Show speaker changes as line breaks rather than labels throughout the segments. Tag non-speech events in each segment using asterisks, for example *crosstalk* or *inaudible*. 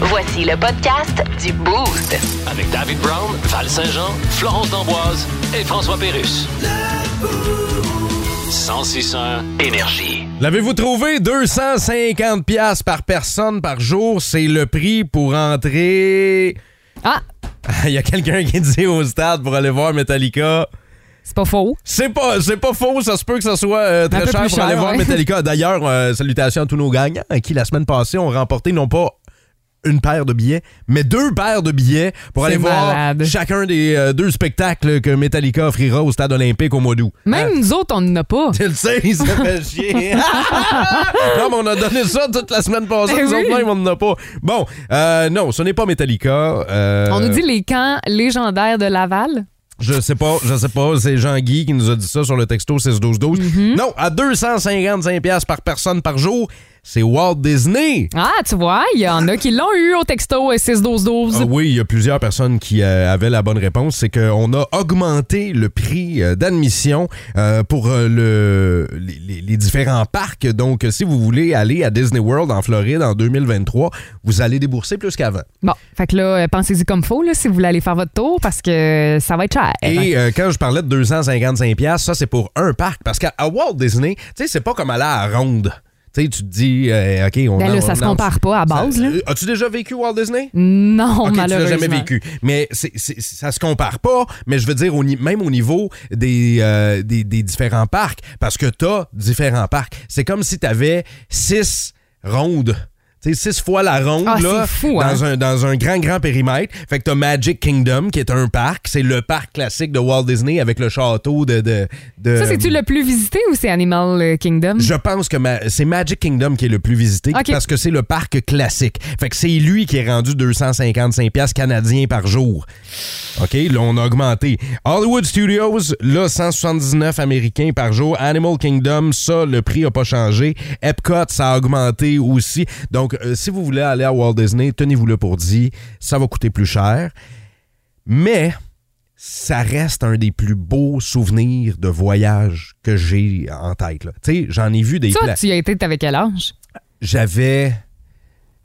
Voici le podcast du Boost.
Avec David Brown, Val Saint-Jean, Florence D'Amboise et François Pérus. 1061 Énergie.
L'avez-vous trouvé? 250 pièces par personne par jour, c'est le prix pour entrer...
Ah,
*laughs* Il y a quelqu'un qui dit au stade pour aller voir Metallica.
c'est pas faux.
C'est pas, c'est pas faux, ça se peut que ça soit euh,
Un
très
peu
cher
plus
pour
cher, hein.
aller voir
ouais. *laughs*
Metallica. D'ailleurs, euh, salutations à tous nos gagnants à qui la semaine passée ont remporté non pas une paire de billets, mais deux paires de billets pour
C'est
aller
malade.
voir chacun des euh, deux spectacles que Metallica offrira au stade olympique au mois d'août.
Même
Hein?
nous autres, on n'en a pas.
Tu le sais, il se fait
*laughs*
chier. non, mais on a donné ça toute la semaine passée.
Euh. Eh
nous
oui.
autres même, on n'en a pas. Bon, euh, non, ce n'est pas Metallica. euh,
On nous dit les camps légendaires de Laval.
Je sais pas, je sais pas. C'est Jean-Guy qui nous a dit ça sur le texto 6-12-12.
Mm-hmm.
Non, à 255$ piastres par personne par jour, c'est Walt Disney.
Ah, tu vois, il y en a qui l'ont eu au texto euh, 6-12-12.
Ah oui, il y a plusieurs personnes qui euh, avaient la bonne réponse. C'est qu'on a augmenté le prix euh, d'admission euh, pour euh, le, les- les, les différents parcs. Donc, si vous voulez aller à Disney World en Floride en 2023, vous allez débourser plus qu'avant.
Bon, fait que là, euh, pensez-y comme faut là, si vous voulez aller faire votre tour parce que euh, ça va être cher.
Et euh, quand je parlais de 255$, piastres, ça c'est pour un parc. Parce qu'à à Walt Disney, tu sais, c'est pas comme aller à la ronde. Tu sais, tu te dis, euh, OK, on
Ben
en-
là, ça
on
se
en-
compare pas à base.
Ça-
là.
euh, As-tu déjà vécu Walt Disney?
Non,
Ok, tu l'as
malheureusement.
jamais vécu. Mais c'est- c'est- ça se compare pas, mais je veux dire, au ni- même au niveau des, euh, des, des différents parcs, parce que t'as différents parcs. C'est comme si t'avais six rondes. Tu sais, six fois la ronde,
Ah,
là,
c'est fou, hein?
dans, un, dans un grand, grand périmètre. Fait que t'as Magic Kingdom, qui est un parc. C'est le parc classique de Walt Disney avec le château de... de, de-
Ça, c'est-tu le plus visité ou c'est Animal Kingdom?
je pense que ma- c'est Magic Kingdom qui est le plus visité
Ok.
parce que c'est le parc classique. Fait que c'est lui qui est rendu 255 pièces canadiens par jour. OK, là on a augmenté. Hollywood Studios, là 179 américains par jour. Animal Kingdom, ça le prix a pas changé. Epcot, ça a augmenté aussi. Donc euh, si vous voulez aller à Walt Disney, tenez-vous le pour dit, ça va coûter plus cher. Mais ça reste un des plus beaux souvenirs de voyage que j'ai en tête. là. Tu sais, j'en ai vu des
Toi,
places.
tu y as été, t'avais quel âge?
J'avais.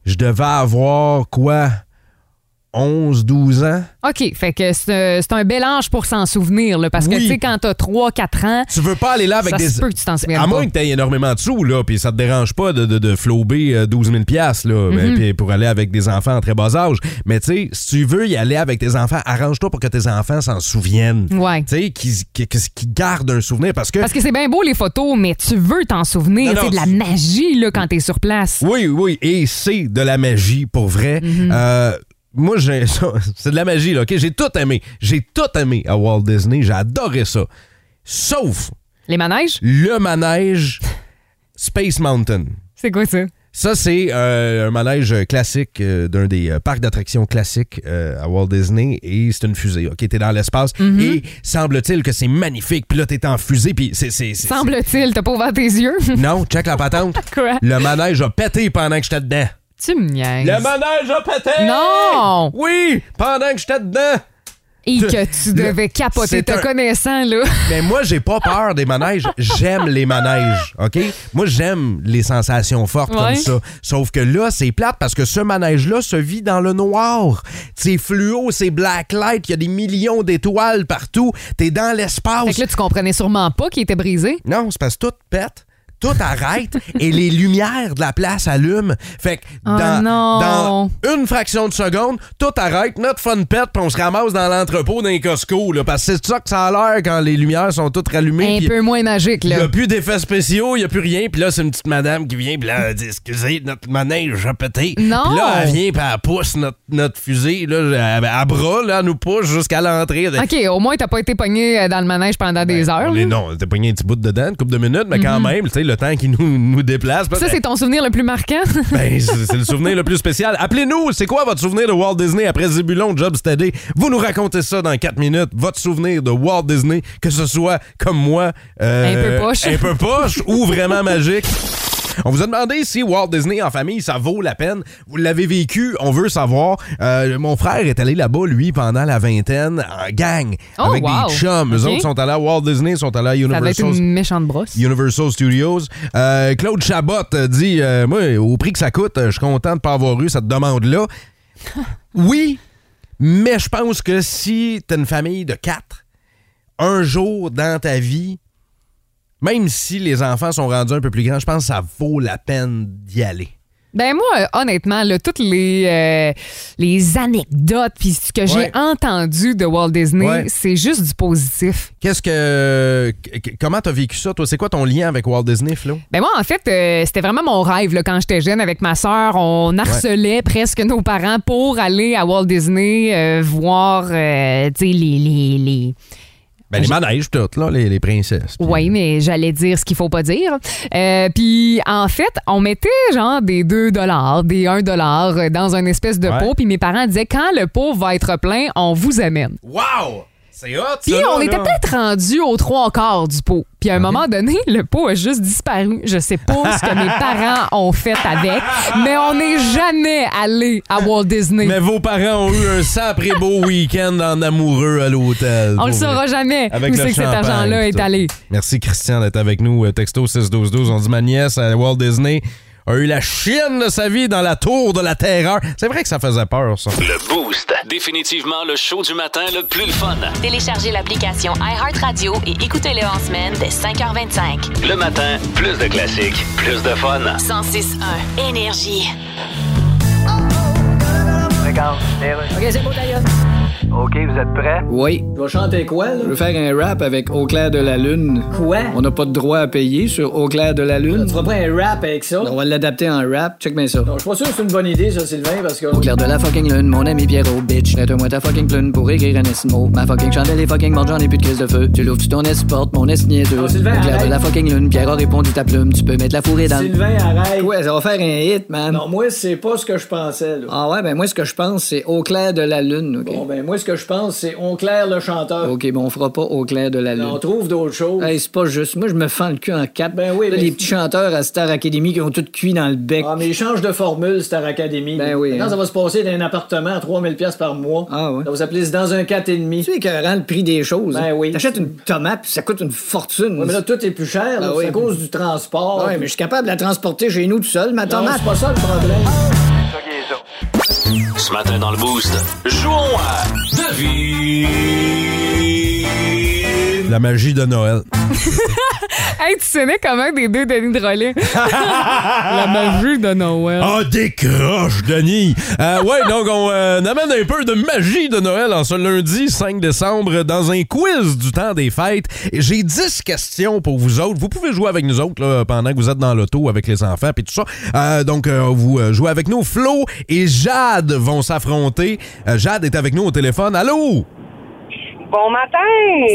Je devais avoir quoi? 11, 12 ans?
OK, fait que c'est c'est un bel âge pour s'en souvenir, là, parce que,
Oui.
tu sais, quand t'as 3-4 ans,
Tu veux pas aller là avec
ça
des.
se peut que tu t'en souviennes
À
pas.
moins que t'aies énormément de sous, là, puis ça te dérange pas de, de, de flober euh, 12 000 piastres, là,
Mhm.
ben, puis pour aller avec des enfants en très bas âge. Mais tu sais, si tu veux y aller avec tes enfants, arrange-toi pour que tes enfants s'en souviennent.
Ouais.
Tu sais, qu'ils qu'ils- qu'ils gardent un souvenir parce que
Parce que c'est bien beau les photos, mais tu veux t'en souvenir.
Non, non,
C'est de la
tu-
magie là, quand t'es sur place. Mm-hmm.
Oui, oui, et c'est de la magie pour vrai. Euh, moi, j'ai *laughs* ça, c'est de la magie, là, OK? J'ai tout aimé. J'ai tout aimé à Walt Disney. J'ai adoré ça. Sauf
Les manèges,
le manège Space Mountain.
c'est quoi ça?
Ça, c'est euh, un manège classique euh, d'un des euh, parcs d'attractions classiques euh, à Walt Disney et c'est une fusée, OK? T'es dans l'espace
Mm-hmm.
et semble-t-il que c'est magnifique. Puis là, t'es en fusée, puis c'est... c'est- c'est-
Semble-t-il, t'as pas ouvert tes yeux?
Non, check la patente.
*laughs* Quoi?
*laughs* Le manège a pété pendant que j'étais dedans.
Tu me niaises.
Le manège a pété!
Non!
Oui! Pendant que j'étais dedans!
Et que tu
Le-
devais capoter
c'est
te
un-
connaissant, là.
Mais moi, j'ai pas peur des manèges. J'aime les manèges, OK? Moi, j'aime les sensations fortes comme
Ouais.
ça. Sauf que là, c'est plate parce que ce manège-là se vit dans le noir. C'est fluo, c'est black light, il y a des millions d'étoiles partout. T'es dans
Fait
l'espace.
que là, tu comprenais sûrement pas qu'il était brisé.
Non, c'est parce que tout pète. Tout
*laughs*
arrête et les lumières de la place allument. Fait que
Oh
dans,
non.
dans une fraction de seconde, tout arrête, notre fun pète, puis on se ramasse dans l'entrepôt d'un Costco. Là, parce que c'est ça que ça a l'air quand les lumières sont toutes rallumées.
Un
puis
peu moins magique,
Il n'y
là.
a plus d'effets spéciaux, il n'y a plus rien. Puis là, c'est une petite madame qui vient, puis là, elle dit Excusez, notre manège a pété.
Non.
Puis là, elle vient, puis elle pousse notre, notre fusée, là, elle- à bras, là, elle nous pousse jusqu'à l'entrée.
OK, au moins, t'as pas été pogné euh, dans le manège pendant des heures.
On
là.
est- non, t'as pogné un petit bout dedans, une couple de minutes, mais quand même, tu sais, le temps qu'il nous, nous déplace.
Mm-hmm. Ça, c'est ton souvenir le plus marquant? *laughs*
Ben, c'est c'est le souvenir le plus spécial. Appelez-nous, c'est quoi votre souvenir de Walt Disney après Zébulon, Job Steady? Vous nous racontez ça dans 4 minutes, votre souvenir de Walt Disney, que ce soit comme moi, euh,
Un peu poche.
un peu poche ou vraiment magique. On vous a demandé si Walt Disney en famille, ça vaut la peine. Vous l'avez vécu, on veut savoir. Euh, mon frère est allé là-bas, lui, pendant la vingtaine, en gang,
Oh,
avec
wow.
des chums. Eux
Ok.
autres sont allés à Walt Disney, sont allés à
ça va être
Universal
une méchante brosse.
Universal Studios.
*laughs*
Euh, Claude Chabot euh, dit euh, Moi, au prix que ça coûte, euh, je suis content de ne pas avoir eu cette demande-là. Oui, mais je pense que si t'as une famille de quatre, un jour dans ta vie, même si les enfants sont rendus un peu plus grands, je pense que ça vaut la peine d'y aller.
Ben moi, euh, honnêtement, là, toutes les, euh, les anecdotes puis ce que
Ouais.
j'ai entendu de Walt Disney,
Ouais.
c'est juste du positif.
Qu'est-ce que. qu- Comment t'as vécu ça, toi? C'est quoi ton lien avec Walt Disney, Flo?
Ben moi, en fait, euh, c'était vraiment mon rêve là, quand j'étais jeune avec ma sœur. On harcelait presque nos parents pour aller à Walt Disney euh, voir euh, tu sais, les, les, les,
Ben, les manèges, toutes, là, les, les princesses. puis-
Oui, mais j'allais dire ce qu'il faut pas dire. Euh, puis en fait, on mettait genre des 2 dollars, des 1 dollar euh, dans une espèce de
Ouais.
pot, puis mes parents disaient quand le pot va être plein, on vous amène.
Wow! C'est hot,
Puis
ça,
on
là, Ah
était
là.
peut-être rendu aux trois quarts du pot. Puis à un moment donné, *laughs* le pot a juste disparu. Je sais pas ce que mes parents ont fait avec, mais on n'est jamais allé à Walt Disney.
Mais Ben, vos parents ont eu un sacré
*laughs*
beau week-end en amoureux à l'hôtel.
on
pour
le
vrai.
saura jamais
Avec
où
le
c'est que cet
champagne,
argent-là
puis
est
tout.
allé.
Merci Christian d'être avec nous. Euh, Texto 61212, on dit ma nièce à Walt Disney a eu la chienne de sa vie dans la tour de la terreur. C'est vrai que ça faisait peur, ça.
Le Boost. Définitivement le show du matin le plus le fun.
Téléchargez l'application iHeartRadio et écoutez-le en semaine dès 5h25.
Le matin, plus de classiques, plus de fun.
106.1 Énergie.
OK, vous êtes prêts?
Oui. Tu vas chanter quoi, là? Je veux faire un rap avec Au clair de la lune.
Quoi?
On n'a pas de droit à payer sur Au clair de la lune.
Tu feras pas un rap avec ça?
On va l'adapter en rap. Check bien ça.
Je suis pas sûr que c'est une bonne idée, ça, Sylvain, parce que.
Au clair de la fucking lune, mon ami Pierrot, bitch. Prête-moi ta fucking plume pour écrire un esmo. Ma fucking chandelle est fucking morte, j'en ai plus de crise de feu. Tu l'ouvres, tu ton porte, mon est niaiseux.
Oh, Sylvain,
Au clair de
arrête.
la fucking lune, Pierrot répondit ta plume. Tu peux mettre la fourrée dans le-
Sylvain, arrête.
Ouais, ça va faire un hit, man.
Non, moi, c'est pas ce que je pensais, là.
Ah ouais, ben moi, ce que je pense, c'est Au clair de la lune, OK?
Bon, ben, moi, ce que je pense, c'est On Claire le chanteur. Ben,
OK, bon, on fera pas Au clair de la lune.
On trouve d'autres choses.
Hey, c'est pas juste. Moi, je me fends le cul en quatre.
Ben oui,
Là,
mais-
Les petits chanteurs à Star Academy qui ont tout cuit dans le bec.
Ah, mais ils changent de formule, Star Academy.
Ben oui,
Maintenant,
hein.
ça va se passer d'un appartement à 3000$ piastres par mois.
Ah, ouais.
Ça va s'appeler C'est dans un 4,5.
Tu sais, écœurant le prix des choses.
Ben
hein.
oui.
T'achètes une tomate, puis ça coûte une fortune.
Ouais, mais là, tout est plus cher, là,
Ben
c'est
oui.
à cause du transport.
Ah ouais, mais je suis capable de la transporter chez nous tout seul, ma
Non,
tomate.
c'est pas ça le problème.
Ce matin dans le Boost, jouons à Devine.
La magie de Noël.
*laughs* Hey, tu sonnais comme un des deux Denis
*laughs*
Drolet. La magie de Noël.
Ah, décroche, Denis! Euh, ouais, donc on euh, amène un peu de magie de Noël en ce lundi 5 décembre dans un quiz du temps des fêtes. J'ai 10 questions pour vous autres. Vous pouvez jouer avec nous autres là, pendant que vous êtes dans l'auto avec les enfants et tout ça. Euh, donc, euh, vous euh, jouez avec nous. Flo et Jade vont s'affronter. Euh, Jade est avec nous au téléphone. Allô?
Bon matin!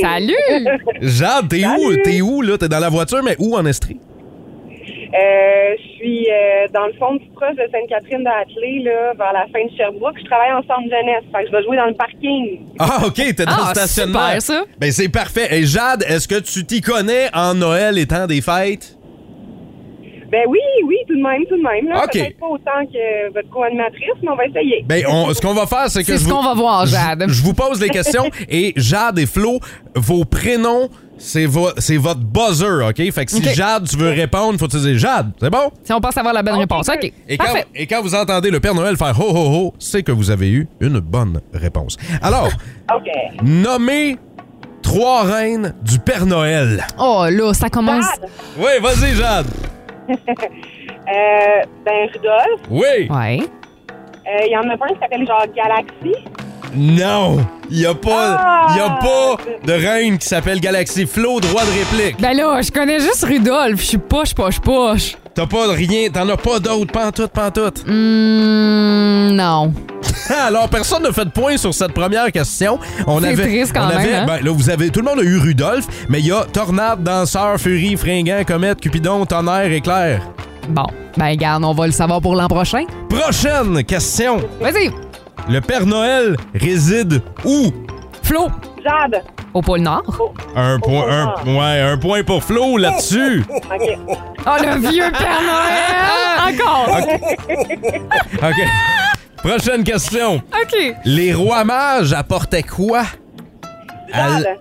Salut!
Jade, t'es où? T'es où, là? T'es dans la voiture, mais où en Estrie?
*laughs* Euh, je suis euh, dans le fond du proche de Sainte-Catherine d'Attelée, là, vers la fin de Sherbrooke. Je travaille en centre jeunesse. Fait que je vais jouer dans le parking.
Ah, OK, t'es dans
Ah,
le stationnement.
super, ça.
Ben, c'est parfait. Et Jade, est-ce que tu t'y connais en Noël et temps des fêtes?
Ben oui, oui, tout de même, tout de même. Là,
OK.
Peut-être pas autant que votre co-animatrice, mais on va essayer.
Ben, on- ce qu'on va faire, c'est que
C'est
je
ce
vous,
qu'on va voir, Jade.
je, je vous pose les
*laughs*
questions et Jade et Flo, vos prénoms, c'est vo- c'est votre buzzer, OK? Fait que si
OK.
Jade, tu veux répondre, faut que tu dises Jade, c'est bon?
Si on pense avoir la bonne réponse. OK.
Et quand,
Parfait.
et quand vous entendez le Père Noël faire ho ho ho, c'est que vous avez eu une bonne réponse.
*laughs*
Alors,
OK.
nommez trois reines du Père Noël.
Oh là, ça commence.
Jade.
Oui, vas-y, Jade.
Euh, ben Rudolph,
Oui.
Ouais.
euh, il y en a pas un qui s'appelle genre
*laughs*
Galaxy.
Non, il n'y a, pas-
Ah!
y a pas de reine qui s'appelle Galaxy Flo, droit de réplique.
Ben là, je connais juste Rudolph. Je suis poche, poche, poche.
T'as pas de rien, t'en as pas d'autres, pantoute, pantoute.
Hum, non.
*laughs* Alors, personne ne fait de point sur cette première question. On
C'est triste quand
on
même,
avait-
hein?
ben, là, vous avez, tout le monde a eu Rudolph, mais il y a Tornade, Danseur, Furie, Fringant, Comète, Cupidon, Tonnerre, Éclair.
Bon, ben garde, on va le savoir pour l'an prochain.
Prochaine question.
Vas-y,
Le Père Noël réside où?
Flo,
Jade.
au pôle Nord.
Un point, un, ouais, un point pour Flo
*laughs*
là-dessus.
OK.
Oh, le vieux Père
*laughs*
Noël! Encore!
OK. Prochaine question.
OK.
Les rois mages apportaient quoi? À l-
Jade.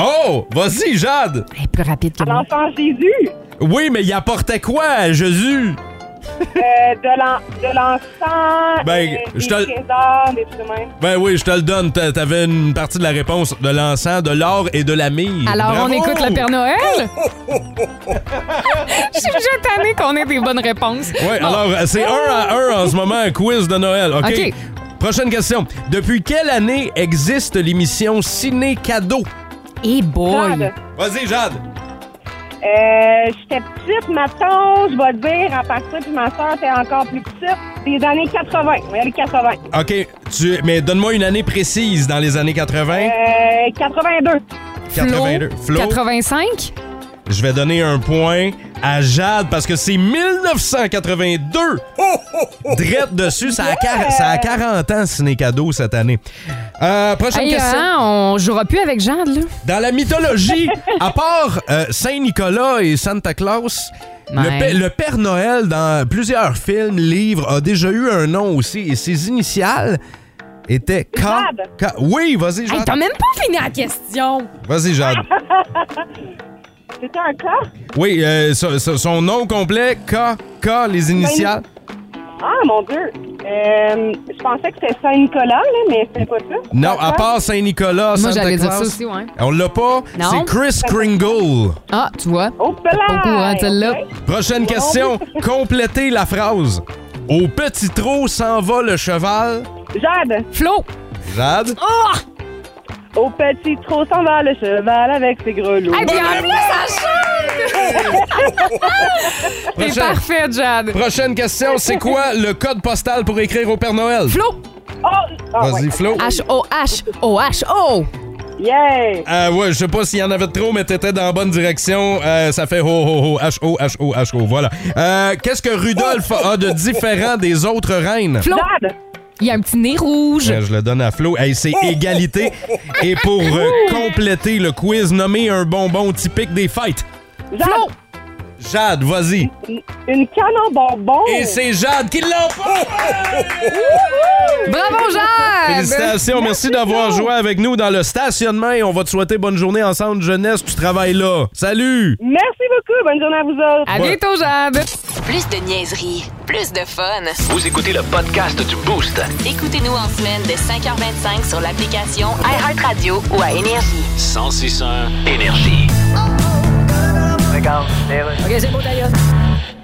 Oh! Vas-y, Jade!
Elle est plus rapide que
À
moi.
l'enfant Jésus.
Oui, mais il apportait quoi à Jésus?
Euh, de l'en- de l'encens,
Ben,
euh,
je
des
te le-
trésors, des trucs de même.
Ben oui, je te le donne. T'a- T'avais une partie de la réponse de l'encens, de l'or et de la mire.
Alors, on
Bravo!
écoute le Père
*laughs*
Noël? Je suis déjà tannée qu'on ait des bonnes réponses.
Ouais,
Bon.
alors euh, c'est un à un en ce moment, un quiz de Noël, OK?
OK.
Prochaine question. Depuis quelle année existe l'émission Ciné Cadeau?
Eh boy!
Jade,
Vas-y, Jade.
euh, J'étais petite, mettons, je vais dire, à partir de ma soeur était encore plus petite, des années 80. Oui, les 80.
OK, tu, mais donne-moi une année précise dans les années 80.
Euh, 82.
Flo,
82. Flo,
85?
je vais donner un point à Jade parce que c'est 1982.
Oh,
Drette dessus, ça a, quar- ça a 40 ans Ciné Cadeau cette année. Euh, prochaine
Hey, euh,
question.
hein, on jouera plus avec Jade, là.
Dans la
*laughs*
mythologie, à part euh, Saint-Nicolas et Santa Claus,
Ouais.
le, Pè- le Père Noël, dans plusieurs films, livres, a déjà eu un nom aussi. Et ses initiales étaient... K-
Jade.
K- Oui, vas-y,
Hey,
Jade.
t'as même pas fini la question!
Vas-y,
*laughs*
Jade.
C'était un cas?
Oui, euh, so- so- son nom complet, K, K, les initiales.
Ah, mon Dieu. Euh, je pensais que c'était Saint-Nicolas, là, mais c'était pas ça.
Non,
Pourquoi?
à part Saint-Nicolas,
Moi,
Santa
j'allais dire
Claus...
ça aussi, ouais.
On l'a pas.
Non.
C'est Chris Kringle.
Ah, tu vois.
Oh, là!
Pas au courant, celle-là.
Ok.
Prochaine
*laughs*
question. Complétez la phrase. Au petit trot s'en va le cheval.
Jade,
Flo! Ah!
Jade.
au petit trot s'en va le cheval avec ses grelots.
Hey, puis en plus, Eh ça chante! *laughs* T'es
Prochaine.
parfait, Jade!
Prochaine question, c'est quoi le code postal pour écrire au Père Noël?
Flo!
Oh! Ah,
Vas-y,
ouais.
Flo.
H-O-H-O-H-O!
Yeah!
Euh, ouais, je sais pas s'il y en avait de trop, mais t'étais dans la bonne direction. Euh, ça fait ho ho ho, h o h o h o. Voilà. Euh, Qu'est-ce que Rudolph a de différent des autres reines?
Flo!
Jade!
Il y a un petit nez rouge.
Euh, je le donne à Flo. Hey, c'est égalité. Et pour euh, compléter le quiz, nommez un bonbon typique des fêtes.
Jade!
Flo!
Jade, vas-y.
Une canne en bonbon!
Et c'est Jade qui l'emporte!
Bravo, Jade!
Félicitations, merci d'avoir joué avec nous dans le stationnement et on va te souhaiter bonne journée ensemble, jeunesse, tu travailles là. Salut!
Merci beaucoup! Bonne journée à vous autres!
À bientôt, Jade!
Plus de niaiserie, plus de fun.
Vous écoutez le podcast du Boost.
Écoutez-nous en semaine de 5h25 sur l'application iHeartRadio ou à Énergie.
1061 Énergie.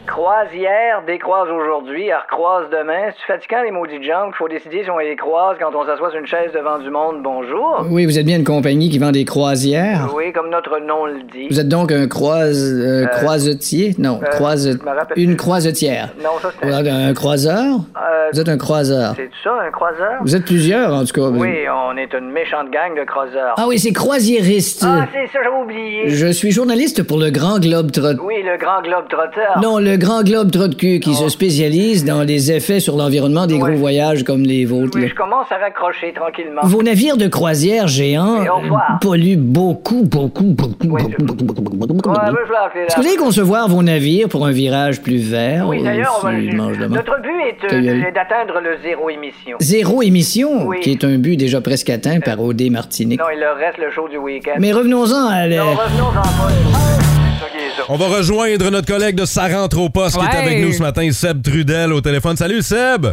Croise hier, décroise aujourd'hui, elle recroise demain. C'est fatigant les maudits jambes qu'il faut décider si on les croise quand on s'assoit sur une chaise devant du monde. Bonjour.
Oui, vous êtes bien une compagnie qui vend des croisières.
Oui, comme notre nom le dit. euh,
Vous êtes donc un croise, euh, croisetier? Non, croise,
je me rappelle
une
plus.
croisetière.
Non, ça
Vous
c'est.
êtes un croiseur?
Euh,
Vous êtes un croiseur.
c'est ça, un croiseur?
Vous êtes plusieurs, en tout cas.
Oui, on est une méchante gang de croiseurs.
Ah oui, c'est croisiériste.
Ah, c'est ça, j'avais oublié.
Je suis journaliste pour le Grand Globe Trotteur.
Oui, le grand globe trotteur.
Non, le Grand Globe Trot Cul qui se spécialise dans les effets sur l'environnement des
Ouais.
gros voyages comme les vôtres. là.
Oui, je commence à raccrocher tranquillement.
Vos navires de croisière géants
Et au revoir.
euh, polluent beaucoup, beaucoup, beaucoup,
Oui, je-
beaucoup, beaucoup, beaucoup, beaucoup, beaucoup.
Ouais, ben, je vais appeler
Est-ce que vous allez concevoir vos navires pour un virage plus vert
Oui,
euh,
d'ailleurs, on va
si
le-
je mange demain?
notre but est
Ta gueule.
euh, est d'atteindre le zéro émission.
Zéro émission,
Oui.
qui est un but déjà presque atteint par O.D. Martinique.
Non, il leur reste le show du week-end.
Mais revenons-en à la-
Non, revenons-en pas. Ça, il est ça.
On va rejoindre notre collègue de Ça rentre au poste qui est
Ouais.
avec nous ce matin, Seb Trudel au téléphone. Salut Seb!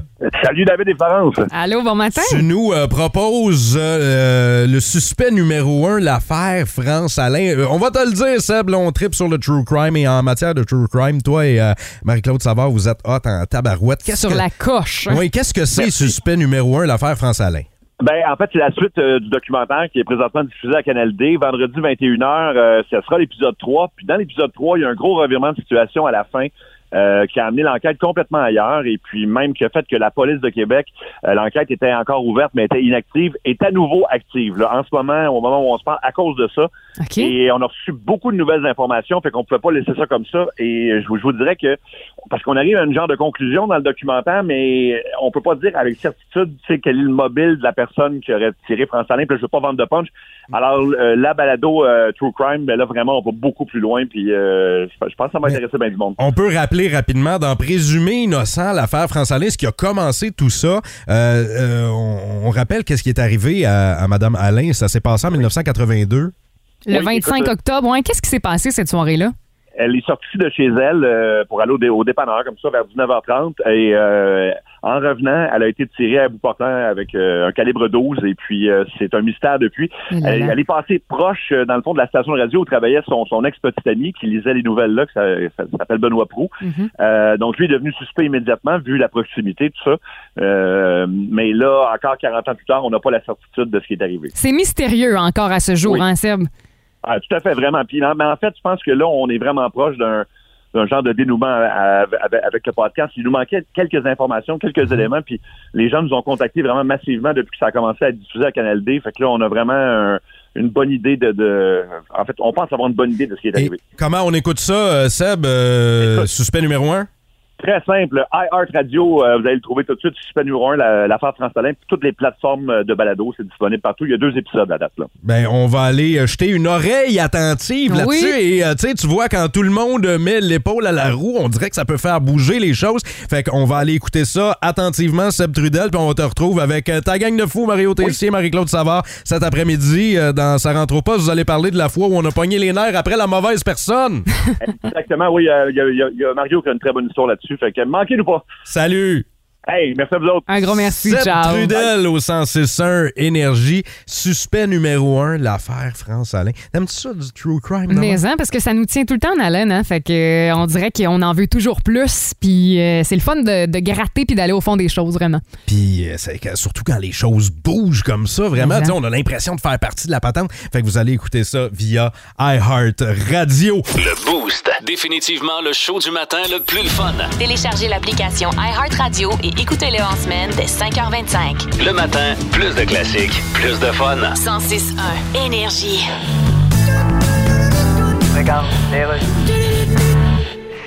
Salut David et Florence.
Allô, bon matin!
Tu nous euh, proposes euh, le suspect numéro un, l'affaire France-Alain. Euh, on va te le dire Seb, là, on tripe sur le true crime et en matière de true crime, toi et euh, Marie-Claude Savard, vous êtes hot en tabarouette. Qu'est-ce
Sur
que...
la coche.
Oui, qu'est-ce que c'est suspect numéro un, l'affaire France-Alain?
Ben, en fait, c'est la suite euh, du documentaire qui est présentement diffusé à Canal D. Vendredi 21h, euh, ce sera l'épisode 3. Puis dans l'épisode 3, il y a un gros revirement de situation à la fin euh, qui a amené l'enquête complètement ailleurs. Et puis même que le fait que la police de Québec, euh, l'enquête était encore ouverte, mais était inactive, est à nouveau active. là. en ce moment, au moment où on se parle, à cause de ça,
OK.
Et on a reçu beaucoup de nouvelles informations, fait qu'on pouvait pas laisser ça comme ça. Et je vous, je vous dirais que parce qu'on arrive à une genre de conclusion dans le documentaire, mais on peut pas dire avec certitude tu sais, quel est le mobile de la personne qui aurait tiré François Alain. Puis là, je veux pas vendre de punch. Alors euh, la balado euh, True Crime, ben là vraiment on va beaucoup plus loin. Puis euh, je je pense que ça va
Mais-
intéresser bien du monde.
On peut rappeler rapidement, dans Présumé innocent, l'affaire Françalin, ce qui a commencé tout ça, euh, euh, on, on rappelle qu'est-ce qui est arrivé à, à Madame Alain. Ça s'est passé en 1982.
Oui,
Le 25
écoute, euh,
octobre, ouais. qu'est-ce qui s'est passé cette soirée-là?
Elle est sortie de chez elle euh, pour aller au, dé- au dépanneur, comme ça, vers 19h30. Et euh, en revenant, elle a été tirée à bout portant avec euh, un calibre 12. Et puis, euh, c'est un mystère depuis.
Eh là
Elle,
là.
elle est passée proche, euh, dans le fond, de la station de radio où travaillait son, son ex-petit ami qui lisait les nouvelles là, qui s'a- s'a- s'appelle Benoît Prou.
Mhm.
Euh, donc, lui est devenu suspect immédiatement, vu la proximité, tout ça. Euh, mais là, encore 40 ans plus tard, on n'a pas la certitude de ce qui est arrivé.
C'est mystérieux encore à ce jour,
Oui.
hein, Seb?
Ah, tout à fait, vraiment. Puis, non, mais en fait, je pense que là, on est vraiment proche d'un d'un genre de dénouement à- à- avec avec le podcast. Il nous manquait quelques informations, quelques éléments, puis les gens nous ont contactés vraiment massivement depuis que ça a commencé à diffuser à Canal D. Fait que là, on a vraiment un- une bonne idée de, de... En fait, on pense avoir une bonne idée de ce qui est
Et
arrivé.
comment on écoute ça, euh, Seb? euh, suspect numéro un?
Très simple. iHeart Radio, euh, vous allez le trouver tout de suite. Suspect numéro 1, l'affaire France Talin, puis toutes les plateformes euh, de balado, c'est disponible partout. Il y a deux épisodes à date, là.
Ben, on va aller euh, jeter une oreille attentive
Ah Oui.
là-dessus. Et euh, tu sais, tu vois, quand tout le monde euh, met l'épaule à la roue, on dirait que ça peut faire bouger les choses. Fait qu'on va aller écouter ça attentivement, Seb Trudel, puis on te retrouve avec euh, ta gang de fous, Mario Tessier, Marie-Claude Savard, cet après-midi euh, dans Ça rentre au poste. Vous allez parler de la fois où on a pogné les nerfs après la mauvaise personne.
Exactement, oui. euh, Il y, a- il y a- il y a Mario qui a une très bonne histoire là-dessus. Fait que manquez-nous pas.
Salut!
Hey, merci à vous autres.
Un gros *laughs* merci,
Seb
ciao.
Trudel au 106.1 Énergie, suspect numéro 1, l'affaire France-Alain. T'aimes-tu ça du true crime? Normand?
Mais hein, parce que ça nous tient tout le temps en haleine, hein? Fait que euh, on dirait qu'on en veut toujours plus. Puis euh, c'est le fun de, de gratter puis d'aller au fond des choses, vraiment.
Puis euh, c'est que- surtout quand les choses bougent comme ça, vraiment,
Exact.
tu sais, on a l'impression de faire partie de la patente. Fait que vous allez écouter ça via iHeart Radio.
Le Boost. Définitivement le show du matin le plus le fun.
Téléchargez l'application iHeartRadio et écoutez-le en semaine dès 5h25.
Le matin, plus de classiques, plus de fun.
106.1 Énergie.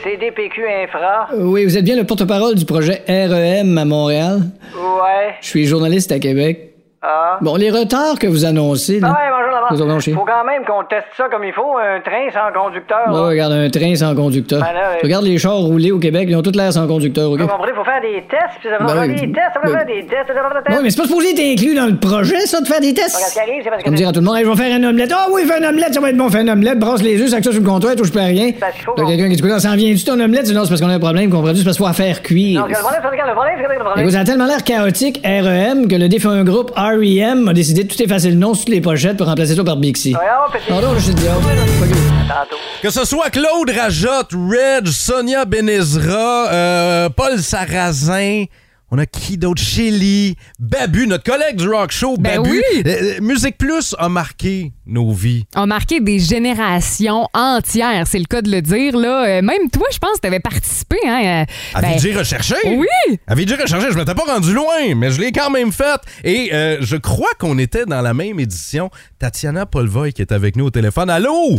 CDPQ Infra.
Euh, Oui, vous êtes bien le porte-parole du projet REM à Montréal.
Ouais.
Je suis journaliste à Québec.
Ah.
Bon, les retards que vous annoncez,
Ah
là.
ouais, bonjour
Nous avons
l'avant.
chier.
Faut quand même qu'on teste ça comme il faut, un train sans conducteur.
Ouais, ouais,
là.
regarde, un train sans conducteur.
Ben là, ouais. Ah,
Regarde les chars roulés au Québec, ils ont toute l'air sans conducteur, OK?
Vous comprenez, faut faire des tests, puis ça va
Ben
faire
oui.
des tests, ça va
Ben-
faire des tests, ça va faire des
Oui,
tests.
mais c'est pas supposé être inclus dans le projet, ça, de faire des tests?
Regarde, ce qui arrive, c'est parce que
Comme dire à tout le monde, Hey, je vais faire une omelette. Ah oui, fais une omelette, ça va être bon, fais une omelette, brasse les œufs, sac ça sur le comptoir, touche pas à rien.
Parce qu'il faut
Là,
qu'on-
quelqu'un qui dit, Coudonc, ça en vient-tu ton omelette? Je dis, Non, c'est parce qu'on a un problème, comprends-tu? C'est parce qu'il faut la faire cuire.
Non, regarde, le problème, c'est- regarde, le problème, c'est- regarde, le
Mais
problème.
vous a tellement l'air chaotique, REM, que le défunt groupe REM a décidé de tout effacer le nom sur toutes les pochettes pour remplacer ça par Bixi.
Ouais, oh, petit-
Pardon, je te dis, oh, fuck you.
Tantôt.
Que ce soit Claude Rajotte, Reg, Sonia Benezra, euh, Paul Sarrazin, on a qui d'autre? Shelly, Babu, notre collègue du Rock Show,
Ben
Babu.
oui!
Euh, euh, Musique Plus a marqué nos vies.
ont marqué des générations entières, c'est le cas de le dire. Là. Euh, Même toi, je pense que tu avais participé. Hein, euh, ben,
Avez-vous déjà recherché?
oui!
Avait déjà recherché, je m'étais pas rendu loin, mais je l'ai quand même faite. Et euh, je crois qu'on était dans la même édition. Tatiana Polvoy qui est avec nous au téléphone. Allô?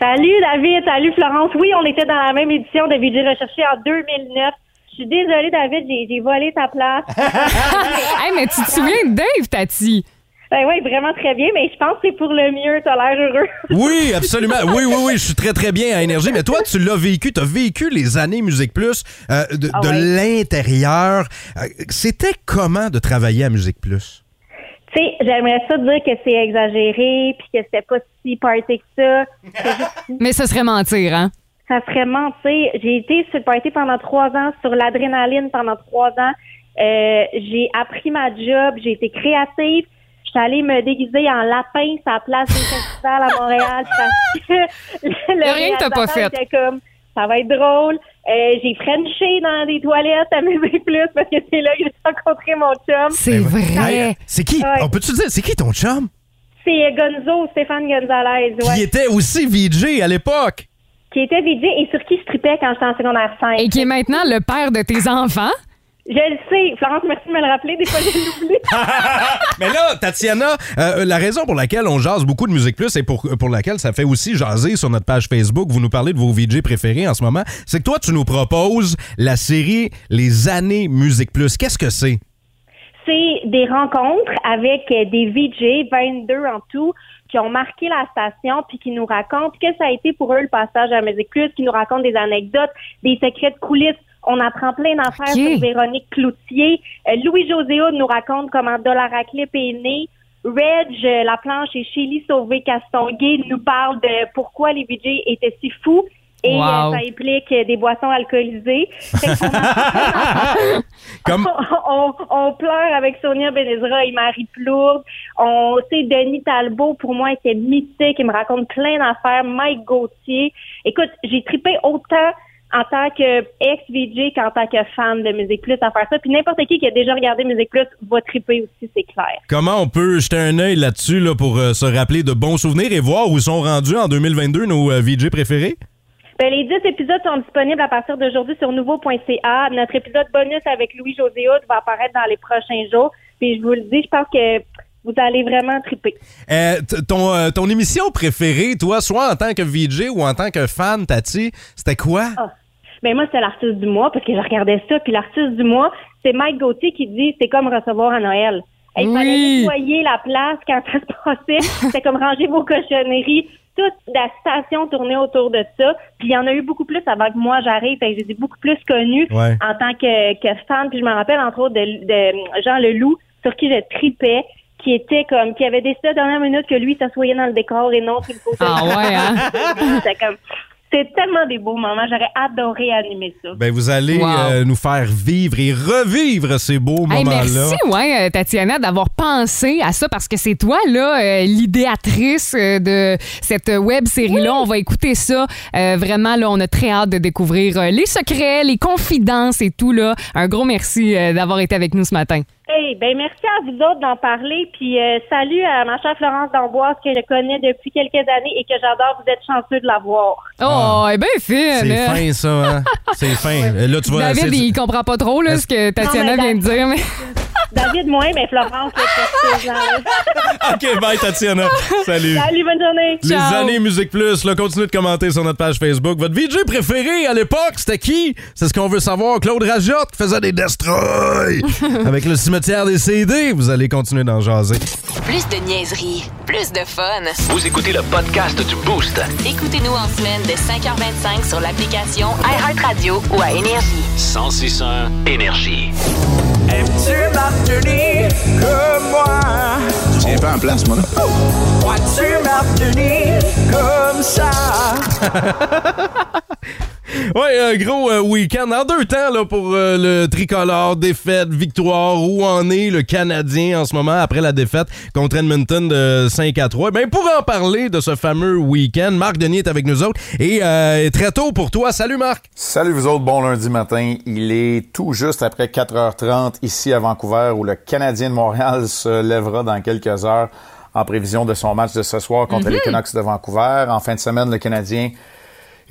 Salut David, salut Florence. Oui, on était dans la même édition de VJ Recherché en 2009. Je suis désolée David, j'ai- j'ai volé ta place.
*laughs* Hey, mais tu te souviens de Dave, Tati?
Ben oui, vraiment très bien, mais je pense que c'est pour le mieux, t'as l'air heureux. *laughs*
Oui, absolument. Oui, oui, oui, je suis très, très bien à Énergie. Mais toi, tu l'as vécu, tu as vécu les années Musique Plus euh, de, de l'intérieur. Euh, C'était comment de travailler à Musique Plus?
Tu sais, j'aimerais ça dire que c'est exagéré, puis que c'était pas si party que ça.
Mais ce serait mentir, hein?
Ça serait mentir. J'ai été sur le party pendant trois ans, sur l'adrénaline pendant trois ans. Euh, j'ai appris ma job, j'ai été créative. Je suis allée me déguiser en lapin sur la place des festivals à Montréal parce que *laughs* le,
Y a rien que t'as pas
réalisateur
fait.
était comme ça va être drôle. Euh, j'ai frenché dans des toilettes à *laughs* Musée Plus parce que c'est là que j'ai rencontré mon chum.
C'est
Ben, Hey,
vrai.
c'est qui?
Ouais.
On peut-tu dire, c'est qui ton chum?
C'est euh, Gonzo, Stéphane Gonzalez, ouais,
Qui était aussi VJ à l'époque.
qui était VJ et sur qui je tripais quand j'étais en secondaire 5.
Et qui est maintenant le père de tes enfants.
Je le sais. Florence, merci de me le rappeler. Des fois, je l'oublie.
Mais là, Tatiana, euh, la raison pour laquelle on jase beaucoup de Musique Plus et pour, euh, pour laquelle ça fait aussi jaser sur notre page Facebook, vous nous parlez de vos VJ préférés en ce moment, c'est que toi, tu nous proposes la série Les années Musique Plus. Qu'est-ce que c'est?
c'est des rencontres avec euh, des VJ, 22 en tout, qui ont marqué la station, puis qui nous racontent que ça a été pour eux le passage à la Musique Plus, qui nous racontent des anecdotes, des secrets de coulisses. On apprend plein d'affaires
Ok.
sur Véronique Cloutier. Euh, Louis-José Hood nous raconte comment Dollar à Clip est né. Reg, euh, La Planche et Shelly Sauvé-Castonguay nous parlent de pourquoi les VJ étaient si fous. Et
Wow.
euh, ça implique euh, des boissons alcoolisées. Fait que pendant
Comme
*laughs* on, on pleure avec Sonia Benezra et Marie Plourde. On sait Denis Talbot, pour moi, qui est mythique, il me raconte plein d'affaires. Mike Gauthier. Écoute, j'ai tripé autant en tant que ex-VJ qu'en tant que fan de Musique Plus à faire ça. Puis n'importe qui qui a déjà regardé Musique Plus va triper aussi, c'est clair.
comment on peut jeter un œil là-dessus là, pour euh, se rappeler de bons souvenirs et voir où sont rendus en 2022 nos euh, VJ préférés?
Ben, les 10 épisodes sont disponibles à partir d'aujourd'hui sur nouveau.ca. Notre épisode bonus avec Louis-José Hood va apparaître dans les prochains jours. Puis je vous le dis, je pense que vous allez vraiment triper.
Euh, t- ton, euh, ton émission préférée, toi, soit en tant que VJ ou en tant que fan, Tati, c'était quoi?
Ben moi, c'était l'artiste du mois parce que je regardais ça. Puis l'artiste du mois, c'est Mike Gauthier qui dit c'est comme recevoir à Noël. Hey, Il
Oui.
fallait nettoyer la place quand ça se
*laughs*
passait. C'était comme ranger vos cochonneries. Toute la station tournait autour de ça. Puis il y en a eu beaucoup plus avant que moi j'arrive. Fait que je les ai beaucoup plus connus
Ouais.
en tant que, que fan. Puis je me rappelle entre autres de, de Jean Leloup, sur qui je tripais, qui était comme qui avait décidé à la dernière minute que lui s'assoyait dans le décor et non sur le côté.
Ah ouais, hein?
C'était comme- C'est tellement des beaux moments. J'aurais adoré animer ça.
Ben, vous allez
Wow.
euh, nous faire vivre et revivre ces beaux
Hey,
moments-là.
merci, ouais, euh, Tatiana, d'avoir pensé à ça parce que c'est toi, là, euh, l'idéatrice euh, de cette web série-là. On va écouter ça. Euh, vraiment, là, on a très hâte de découvrir euh, les secrets, les confidences et tout, là. Un gros merci euh, d'avoir été avec nous ce matin.
Hey, ben merci à vous autres d'en parler. Puis euh, salut à ma chère Florence D'Amboise que je connais depuis quelques années et que j'adore. Vous êtes chanceux de la voir.
Oh, eh ben, Phil!
Ah. C'est
euh,
fin, ça.
*laughs*
hein? C'est fin. Euh, Là, tu vas
David,
c'est-
il comprend pas trop là, ce que Tatiana
Non, mais
vient de dire. mais-
*laughs* David, moi, mais Florence, là, c'est ces
*laughs*
gens-là.
OK, bye,
*laughs*
Tatiana. Salut.
Salut, bonne journée.
Les
Ciao.
années Musique Plus, là, continuez de commenter sur notre page Facebook. Votre VJ préféré à l'époque, c'était qui? C'est ce qu'on veut savoir. Claude Rajotte qui faisait des
*laughs*
destroys avec le cimetière des CD. Vous allez continuer d'en jaser.
Plus de niaiserie, plus de fun.
Vous écoutez le podcast du Boost.
Écoutez-nous en semaine de 5h25 sur l'application iHeartRadio ou à Énergie.
1061 Énergie.
Ouais, un gros euh, week-end en deux temps là, pour euh, le tricolore, défaite, victoire. Où en est le Canadien en ce moment après la défaite contre Edmonton de 5 à 3? Ben, pour en parler de ce fameux week-end, Marc Denis est avec nous autres. Et euh, très tôt pour toi, salut Marc!
Salut vous autres, bon lundi matin. Il est tout juste après 4h30 ici à Vancouver où le Canadien de Montréal se lèvera dans quelques heures en prévision de son match de ce soir contre
Mhm.
les Canucks de Vancouver. En fin de semaine, le Canadien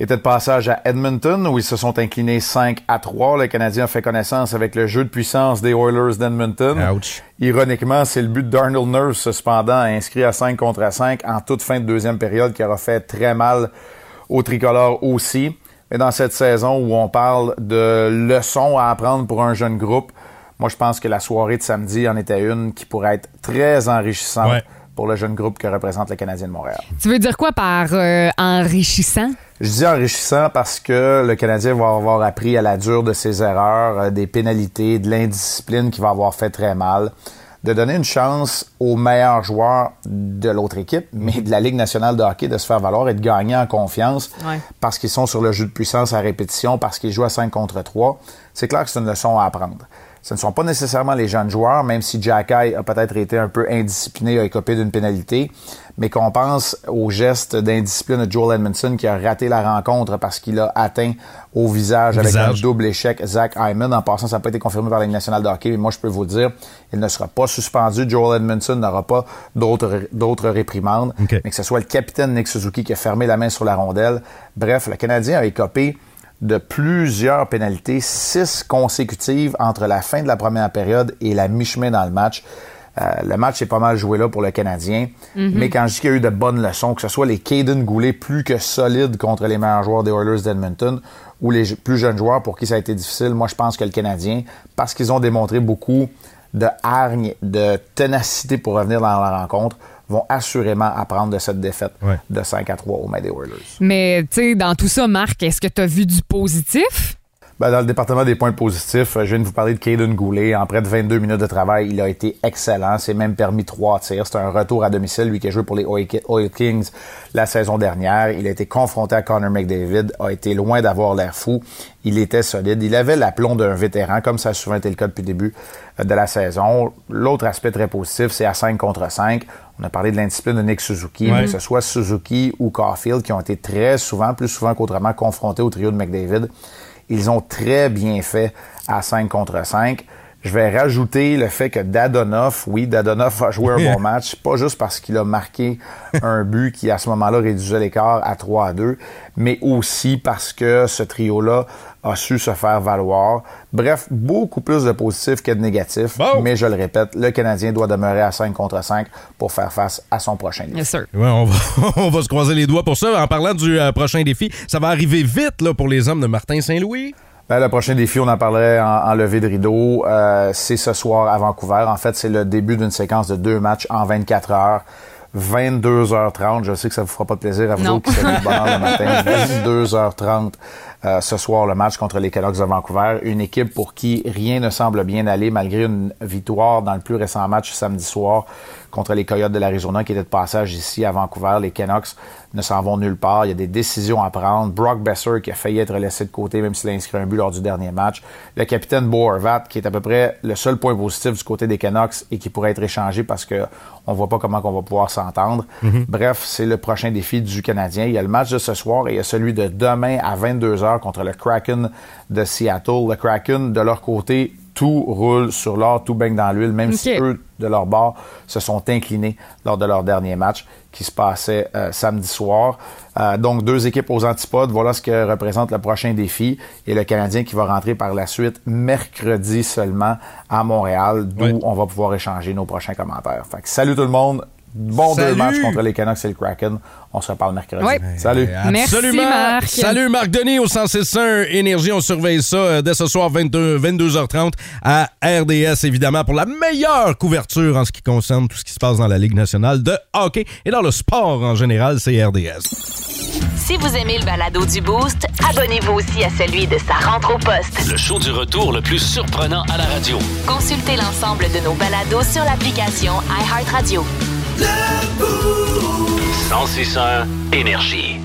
était de passage à Edmonton où ils se sont inclinés 5 à 3. Le Canadien a fait connaissance avec le jeu de puissance des Oilers d'Edmonton.
Ouch.
Ironiquement, c'est le but d'Arnold Nurse, cependant, inscrit à 5 contre à 5 en toute fin de deuxième période, qui aura fait très mal au tricolore aussi. Mais dans cette saison où on parle de leçons à apprendre pour un jeune groupe, moi, je pense que la soirée de samedi en était une qui pourrait être très enrichissante
Ouais.
pour le jeune groupe que représente le Canadien de Montréal.
Tu veux dire quoi par euh, enrichissant?
Je dis enrichissant parce que le Canadien va avoir appris à la dure de ses erreurs, euh, des pénalités, de l'indiscipline qui va avoir fait très mal, de donner une chance aux meilleurs joueurs de l'autre équipe, mais de la Ligue nationale de hockey, de se faire valoir et de gagner en confiance
Ouais.
parce qu'ils sont sur le jeu de puissance à répétition, parce qu'ils jouent à 5 contre 3. C'est clair que c'est une leçon à apprendre. Ce ne sont pas nécessairement les jeunes joueurs, même si Jack Eye a peut-être été un peu indiscipliné, a écopé d'une pénalité, mais qu'on pense au geste d'indiscipline de Joel Edmondson qui a raté la rencontre parce qu'il a atteint au visage avec
Visage.
un double échec Zach Hyman. En passant, ça n'a pas été confirmé par la Ligue nationale de hockey, mais moi, je peux vous le dire, il ne sera pas suspendu. Joel Edmondson n'aura pas d'autres d'autres réprimandes,
OK.
mais que ce soit le capitaine Nick Suzuki qui a fermé la main sur la rondelle. Bref, le Canadien a écopé de plusieurs pénalités, six consécutives entre la fin de la première période et la mi-chemin dans le match. Euh, le match est pas mal joué là pour le Canadien, mais quand je dis qu'il y a eu de bonnes leçons, que ce soit les Caden Goulet plus que solides contre les meilleurs joueurs des Oilers d'Edmonton ou les je- plus jeunes joueurs pour qui ça a été difficile, moi je pense que le Canadien, parce qu'ils ont démontré beaucoup de hargne, de ténacité pour revenir dans la rencontre, vont assurément apprendre de cette défaite
Ouais.
de 5 à 3 au Maine des Oilers.
Mais tu sais, dans tout ça, Marc, est-ce que tu as vu du positif?
Ben, dans le département des points positifs, euh, je viens de vous parler de Caden Goulet. En près de 22 minutes de travail, il a été excellent. C'est même permis trois tirs. C'est un retour à domicile, lui qui a joué pour les Oil Ki- Oil Kings la saison dernière. Il a été confronté à Connor McDavid, a été loin d'avoir l'air fou. Il était solide. Il avait l'aplomb d'un vétéran, comme ça a souvent été le cas depuis le début euh, de la saison. L'autre aspect très positif, c'est à 5 contre 5. On a parlé de l'indiscipline de Nick Suzuki,
Ouais.
mais ce soit Suzuki ou Caulfield, qui ont été très souvent, plus souvent qu'autrement, confrontés au trio de McDavid. Ils ont très bien fait à 5 contre 5. Je vais rajouter le fait que Dadonoff, oui, Dadonoff a joué un bon match, pas juste parce qu'il a marqué un but qui, à ce moment-là, réduisait l'écart à 3 à 2, mais aussi parce que ce trio-là a su se faire valoir. Bref, beaucoup plus de positifs que de négatifs, mais je le répète, le Canadien doit demeurer à 5 contre 5 pour faire face à son prochain défi.
Ouais, on, va, *laughs* on va se croiser les doigts pour ça. En parlant du euh, prochain défi, ça va arriver vite là, pour les hommes de Martin Saint-Louis.
Ben, le prochain défi, on en parlerait en, en levée de rideau. Euh, c'est ce soir à Vancouver. En fait, c'est le début d'une séquence de deux matchs en 24 heures. 22h30, je sais que ça vous fera pas de plaisir à vous
Non.
autres qui savez le bonheur le matin. 22h30 euh, ce soir, le match contre les Canucks de Vancouver. Une équipe pour qui rien ne semble bien aller malgré une victoire dans le plus récent match samedi soir contre les Coyotes de l'Arizona qui étaient de passage ici à Vancouver. Les Canucks ne s'en vont nulle part. Il y a des décisions à prendre. Brock Besser qui a failli être laissé de côté même s'il a inscrit un but lors du dernier match. Le capitaine Boervat qui est à peu près le seul point positif du côté des Canucks et qui pourrait être échangé parce que on voit pas comment on va pouvoir s'entendre.
Mhm.
Bref, c'est le prochain défi du Canadien. Il y a le match de ce soir et il y a celui de demain à 22h contre le Kraken de Seattle. Le Kraken, de leur côté, tout roule sur l'or, tout baigne dans l'huile, même si
Ok.
eux, de leur bord, se sont inclinés lors de leur dernier match qui se passait euh, samedi soir. Euh, donc, deux équipes aux antipodes. Voilà ce que représente le prochain défi. Et le Canadien qui va rentrer par la suite mercredi seulement à Montréal, d'où on va pouvoir échanger nos prochains commentaires. Fait que salut tout le monde. Bon
Salut.
deux matchs contre les Canucks et le Kraken. On se reparle mercredi.
Ouais.
Salut.
Absolument. Salut Marc Denis au 106.1 Énergie. On surveille ça euh, dès ce soir 22, 22h30 à RDS, évidemment, pour la meilleure couverture en ce qui concerne tout ce qui se passe dans la Ligue nationale de hockey et dans le sport en général, c'est RDS.
Si vous aimez le balado du Boost, abonnez-vous aussi à celui de sa rentre au poste.
Le show du retour le plus surprenant à la radio.
Consultez l'ensemble de nos balados sur l'application iHeartRadio.
106.1 Énergie.